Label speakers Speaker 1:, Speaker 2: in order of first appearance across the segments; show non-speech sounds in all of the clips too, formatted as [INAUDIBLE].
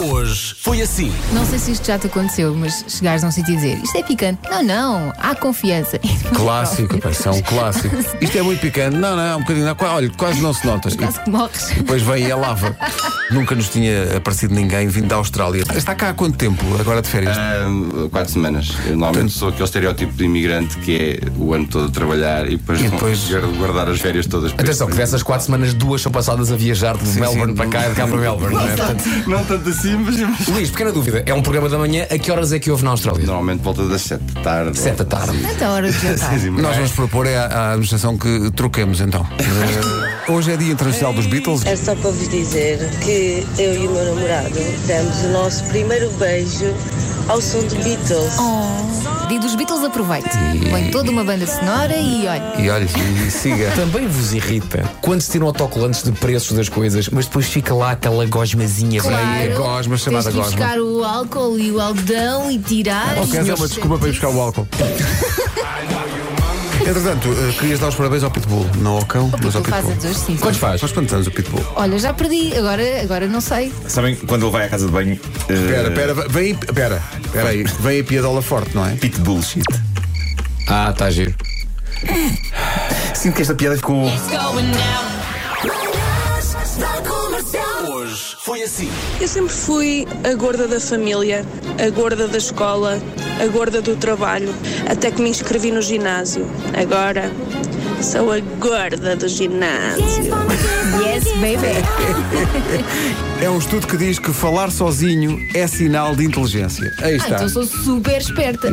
Speaker 1: Hoje foi assim.
Speaker 2: Não sei se isto já te aconteceu, mas chegares a um sítio e dizer isto é picante. Não, não, há confiança.
Speaker 1: [LAUGHS] Clássico, pá, isso é um clássico. Isto é muito picante. Não, não, é um bocadinho. Qua- Olha, quase não se nota.
Speaker 2: Quase que morres.
Speaker 1: E depois vem a lava. Nunca nos tinha aparecido ninguém vindo da Austrália. Está cá há quanto tempo, agora de férias?
Speaker 3: Ah, Quatro semanas. Eu normalmente sou aquele estereótipo de imigrante que é o ano todo a trabalhar e depois,
Speaker 1: E
Speaker 3: não
Speaker 1: depois-
Speaker 3: guar- guardar as férias todas. para
Speaker 4: Atenção, que
Speaker 3: isso.
Speaker 4: dessas quatro semanas, duas são passadas a viajar de
Speaker 1: Sim,
Speaker 4: Melbourne
Speaker 1: sim.
Speaker 4: para cá e de cá para Melbourne. não é? Portanto,
Speaker 3: Não tanto assim, mas. mas-
Speaker 4: Luís, pequena dúvida, é um programa da manhã, a que horas é que houve na Austrália?
Speaker 3: Normalmente volta das 7 da tarde.
Speaker 4: Sete da tarde.
Speaker 2: Tanta é
Speaker 1: [LAUGHS]
Speaker 2: hora de jantar.
Speaker 3: Sim, sim, mas-
Speaker 1: Nós vamos propor é à, à administração que troquemos então. Eh, Hoje é Dia Internacional dos Beatles.
Speaker 5: É só para vos dizer que eu e o meu namorado demos o nosso primeiro beijo ao som de Beatles.
Speaker 2: Oh. E dos Beatles aproveite. Põe toda uma banda sonora e olha.
Speaker 1: E olha, e siga.
Speaker 4: Também vos irrita quando se tiram autocolantes de preços das coisas, mas depois fica lá aquela gosmazinha
Speaker 2: Claro,
Speaker 4: branca.
Speaker 1: gosma, chamada
Speaker 2: tens de ir
Speaker 1: gosma.
Speaker 2: buscar o álcool e o algodão e tirar.
Speaker 1: Ou queres
Speaker 2: e
Speaker 1: dar uma desculpa para ir buscar o álcool? Entretanto, eh, querias dar os parabéns ao Pitbull, não ao cão, mas ao
Speaker 2: Tu
Speaker 1: Pitbull.
Speaker 2: fazes hoje, sim. sim.
Speaker 4: Quantos faz?
Speaker 1: Faz quantos anos o Pitbull?
Speaker 2: Olha, já perdi, agora, agora não sei.
Speaker 6: Sabem que quando ele vai à casa de banho.
Speaker 1: Espera,
Speaker 6: eh,
Speaker 1: espera, vem, espera, espera aí, vem a piadola forte, não é?
Speaker 6: Pitbull shit.
Speaker 4: Ah, está giro.
Speaker 6: Sinto que esta piada ficou.
Speaker 7: Eu sempre fui a gorda da família, a gorda da escola, a gorda do trabalho, até que me inscrevi no ginásio. Agora sou a gorda do ginásio.
Speaker 2: Yes, baby.
Speaker 1: É um estudo que diz que falar sozinho é sinal de inteligência. Aí
Speaker 2: Ah,
Speaker 1: está.
Speaker 2: então sou super esperta.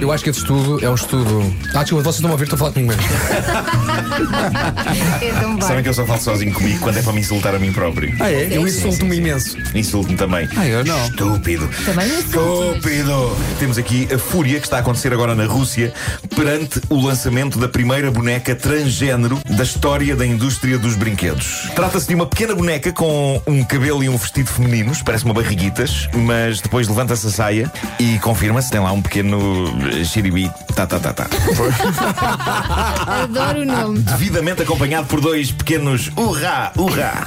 Speaker 4: Eu, acho que esse estudo é um estudo. Ah, desculpa, vocês estão a ouvir, estou a falar comigo mesmo.
Speaker 2: [LAUGHS] Então vá.
Speaker 6: Sabem que eu só falo sozinho comigo quando é para me insultar a mim próprio.
Speaker 1: Ah, é?
Speaker 4: Eu insulto-me um imenso.
Speaker 6: Insulto-me também.
Speaker 1: Ah, eu não.
Speaker 6: Estúpido.
Speaker 2: Também não sou.
Speaker 6: Estúpido. Temos aqui a fúria que está a acontecer agora na Rússia perante o lançamento da primeira boneca transgénero da história da indústria dos brinquedos. Trata-se de uma pequena boneca com um cabelo e um vestido femininos, parece uma barriguitas, mas depois levanta-se a saia e confirma-se, tem lá um pequeno eh, xiribi, tá, tá, tá, tá.
Speaker 2: Adoro o nome.
Speaker 6: devidamente acompanhado por dois pequenos hurrá, hurrá.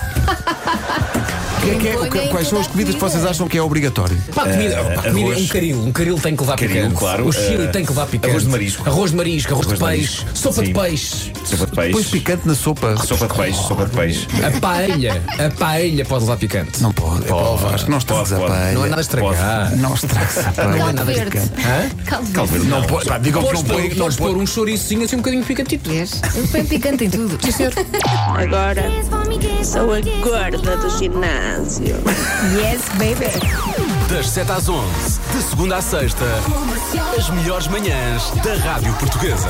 Speaker 1: O que é que é- o que-
Speaker 2: então
Speaker 1: quais são as comidas que vocês acham que é obrigatório?
Speaker 4: Pá, comida, pá, comida,
Speaker 6: arroz.
Speaker 4: um caril, um caril tem que levar
Speaker 6: Caril,
Speaker 4: picante.
Speaker 6: claro.
Speaker 4: O chile
Speaker 6: Eh,
Speaker 4: tem que levar picante.
Speaker 6: arroz de marisco.
Speaker 4: Arroz de marisco, arroz,
Speaker 6: Arroz
Speaker 4: de
Speaker 6: de
Speaker 4: peixe,
Speaker 6: marisco.
Speaker 4: sopa de
Speaker 6: Sim.
Speaker 4: peixe.
Speaker 6: Sopa de
Speaker 1: Depois
Speaker 6: peixe.
Speaker 1: picante na sopa.
Speaker 6: Sopa de peixe, sopa de peixe.
Speaker 4: A paella, a paella pode levar picante.
Speaker 1: Não pode, é para o Vasco. Não estragas a
Speaker 6: Pode, pode.
Speaker 1: paella.
Speaker 4: Não é nada é a estragar.
Speaker 1: Não estragas a paella.
Speaker 2: Caldo verde. Caldo verde.
Speaker 6: Talvez não.
Speaker 1: Pô, pá, Digam que
Speaker 4: Podes
Speaker 1: não
Speaker 4: pôr-
Speaker 1: põe. não
Speaker 4: podes pôr um chouriçinho assim um bocadinho picantito.
Speaker 2: Vês? Eu ponho picante em tudo.
Speaker 7: Agora sou a gorda do ginásio.
Speaker 2: Yes, baby.
Speaker 8: Das 7 às 11, de segunda à sexta, as melhores manhãs da Rádio Portuguesa.